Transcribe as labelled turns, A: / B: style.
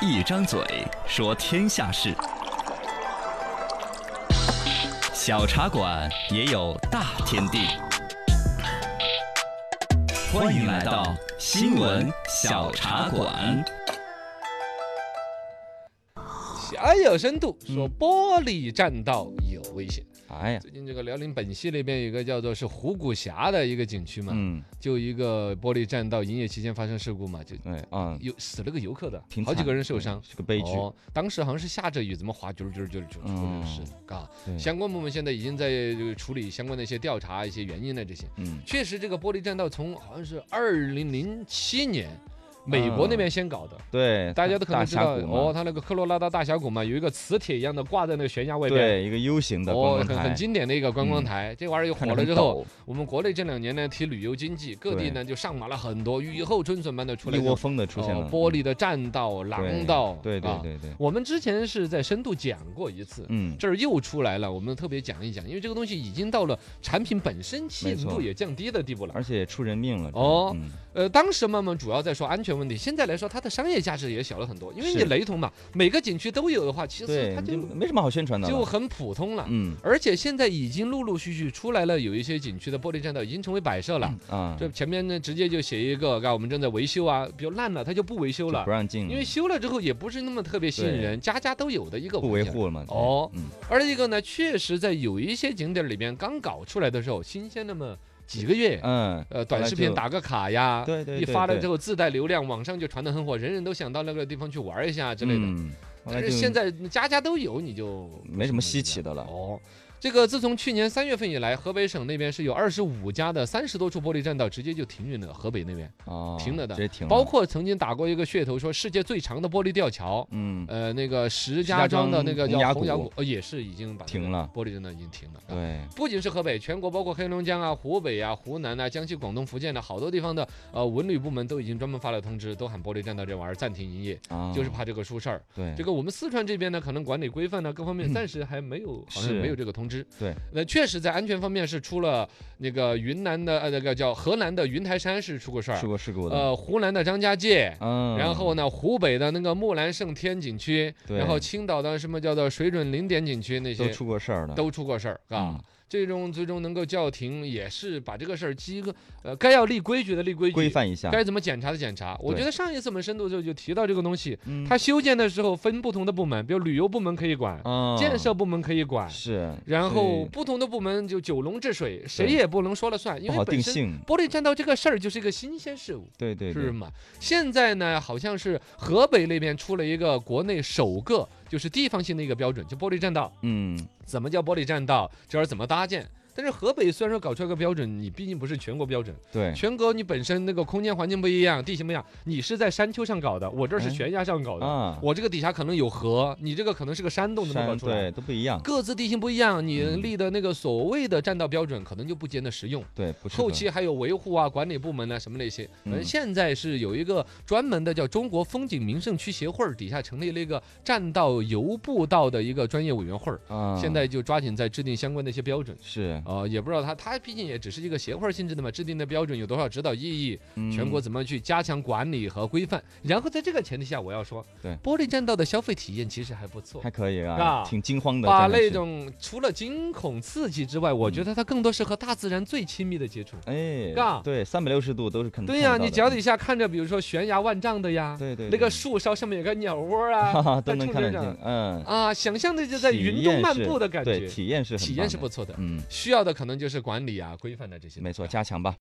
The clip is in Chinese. A: 一张嘴说天下事，小茶馆也有大天地。欢迎来到新闻小茶馆。
B: 侠有深度，说玻璃栈道有危险。
C: 哎呀，
B: 最近这个辽宁本溪那边有一个叫做是虎骨峡的一个景区嘛，
C: 嗯，
B: 就一个玻璃栈道营业期间发生事故嘛，就
C: 哎啊，
B: 有死了个游客的
C: 挺，
B: 好几
C: 惨
B: 个人
C: 对
B: 受伤。
C: 是个悲剧。
B: 哦，当时好像是下着雨，怎么滑啾儿啾儿啾儿啾儿出了
C: 嗯
B: 事，嘎。
C: 对
B: 相关部门现在已经在这个处理相关的一些调查、一些原因了这些。
C: 嗯，
B: 确实，这个玻璃栈道从好像是二零零七年美国那边先搞的，
C: 对，
B: 大家都可能
C: 大
B: 知
C: 峡
B: 道
C: 谷嘛
B: 哦，，它那个科罗拉多大峡谷嘛，有一个磁铁一样的挂在那个悬崖外边。
C: 对，一个 U 型的
B: 哦，
C: 观光
B: 很
C: 台，
B: 很经典的一个观光
C: 嗯
B: 台，这玩意儿又
C: 看
B: 火
C: 着很
B: 了之后，
C: 陡，
B: 我们国内这两年呢提旅游经济，各
C: 对
B: 地呢就上马了很多，雨后春笋般的出来
C: 一
B: 这种，
C: 窝蜂的出现
B: 哦
C: 了，嗯
B: 玻璃的栈道、廊
C: 对
B: 道，
C: 对
B: 啊
C: 对对对，
B: 我们之前是在深度讲过一次，
C: 嗯，
B: 这儿又出来了，我们特别讲一讲，因为这个东西已经到了产品本身信
C: 没
B: 任
C: 错
B: 度也降低的地步了。
C: 而且也出人命了。
B: 哦
C: 嗯
B: 呃，当时嘛嘛主要在说安全问题，现在来说它的商业价值也小了很多，因为你
C: 是
B: 雷同嘛，每个景区都有的话，其实
C: 对，
B: 它
C: 就
B: 就
C: 没什么好宣传的
B: 就
C: 了。
B: 很普通了。
C: 嗯
B: 而且现在已经陆陆续续出来了，有一些景区的玻璃栈道已经成为摆设了。
C: 啊，
B: 这前面呢直接就写一个，嘎，我们正在维修啊，比如烂了它就不维修
C: 就
B: 了
C: 不，让进，
B: 因为修了之后也不是那么特别吸引
C: 对
B: 人，家家都有的一个
C: 不
B: 玩
C: 维
B: 意儿
C: 护了嘛。对
B: 哦
C: 嗯，
B: 而这个呢，确实在有一些景点里边刚搞出来的时候，新鲜那么几个月，
C: 嗯，
B: 呃，短
C: 来
B: 视频
C: 就
B: 打个卡呀，
C: 对对，
B: 一
C: 对
B: 发了
C: 对
B: 之后自带流量，网上就传得很火，人人都想到那个地方去玩一下之类的。
C: 嗯后来
B: 但是
C: 就
B: 现在家家都有，你就
C: 没什么稀奇
B: 的
C: 的了。
B: 哦。这个自从去年三月份以来，河北省那边是有二十五家的三十多处玻璃栈道直接就停运了，河北那边，
C: 哦，
B: 停了的
C: 直接停了。
B: 包括曾经打过一个噱头说世界最长的玻璃吊桥，
C: 嗯，
B: 呃，那个石
C: 家
B: 家庄的
C: 庄
B: 那个
C: 洪
B: 叫
C: 崖
B: 洪崖
C: 谷
B: 谷，呃，也是已经把那
C: 停
B: 个
C: 了
B: 玻璃栈道已经停了。啊，
C: 对，
B: 不仅是河北，全国包括黑龙江啊、湖北啊、湖南啊、江西、广东、福建的好多地方的呃文旅部门都已经专门发了通知，都喊玻璃栈道这玩意儿暂停营业，
C: 啊，
B: 就是怕这个出事儿。
C: 对
B: 这个我们四川这边呢，可能管理规范呢各方面
C: 嗯
B: 暂时还没有， 好像
C: 是
B: 没有这个通知。
C: 对，
B: 那确实在安全方面是出了那个云南的呃那个叫河南的云台山是出过事儿
C: 出，过事故的。
B: 呃，湖南的张家界。
C: 嗯，
B: 然后呢，湖北的那个木兰胜天景区，
C: 对
B: 然后青岛的什么叫做水准零点景区那
C: 都
B: 些
C: 出过事儿了。
B: 都出过事儿，啊
C: 嗯。
B: 这种最终能够叫停，也是把这个事儿积个呃，该要立规矩的立规矩，
C: 规范一下。
B: 该怎么检查的检查。我
C: 对
B: 觉得上一次我们深度的时候就提到这个东西，
C: 嗯
B: 它修建的时候分不同的部门，比如旅游部门可以管，
C: 啊
B: 建设部门可以管，
C: 是，
B: 然
C: 所
B: 后
C: 以
B: 不同的部门就九龙治水，谁
C: 对
B: 也不能说了算，因
C: 不
B: 为
C: 好
B: 本
C: 定
B: 身
C: 性，
B: 玻璃栈道这个事儿就是一个新鲜事物。
C: 对对
B: 是
C: 对，
B: 吗？现在呢，好像是河北那边出了一个国内首个，就是地方性的一个标准，就玻璃栈道，
C: 嗯，
B: 怎么叫玻璃栈道，这玩意儿怎么搭建。但是河北虽然说搞出来个标准，你毕竟不是全国标准，
C: 对，
B: 全国你本身那个空间环境不一样，地形不一样，你是在山丘上搞的，我这儿是
C: 哎
B: 悬崖上搞的，
C: 啊，
B: 我这个底下可能有河，你这个可能是个山洞，怎么搞
C: 山
B: 出来？
C: 对都不一样，
B: 各自地形不一样，你
C: 嗯
B: 立的那个所谓的栈道标准可能就不见得实用。
C: 对，嗯不是
B: 后期还有维护啊、管理部门啊什么那些。反正
C: 嗯
B: 现在是有一个专门的叫中国风景名胜区协会儿底下成立了一个栈道游步道的一个专业委员会儿，
C: 啊，
B: 现在就抓紧在制定相关的一些标准。
C: 是
B: 呃，也不知道它，它毕竟也只是一个协会儿性质的嘛，制定的标准有多少指导意义，全国
C: 嗯
B: 怎么去加强管理和规范。然后在这个前提下，我要说，
C: 对
B: 玻璃栈道的消费体验其实还不错，
C: 还可以
B: 啊
C: 啊，挺惊慌的，
B: 把
C: 真的
B: 那
C: 是
B: 种除了惊恐刺激之外，我觉
C: 嗯
B: 得它更多是和大自然最亲密的接触。嘎
C: 哎，对，三百六十度都是看
B: 对呀、
C: 看得
B: 你
C: 到
B: 脚
C: 的
B: 底下看着，比如说悬崖万丈的呀，
C: 对对
B: 那个
C: 对
B: 树梢上面有个鸟窝 啊，
C: 哈哈都能
B: 冲
C: 看
B: 着
C: 得
B: 这
C: 见
B: 儿，
C: 嗯，
B: 啊，想象的就在
C: 体
B: 云
C: 验
B: 中漫
C: 是
B: 步的感觉，
C: 对，体验是很
B: 体验
C: 棒
B: 是
C: 的
B: 不错的。
C: 嗯，
B: 需要的可能就是管理啊、规范的这些。
C: 没错，加强吧。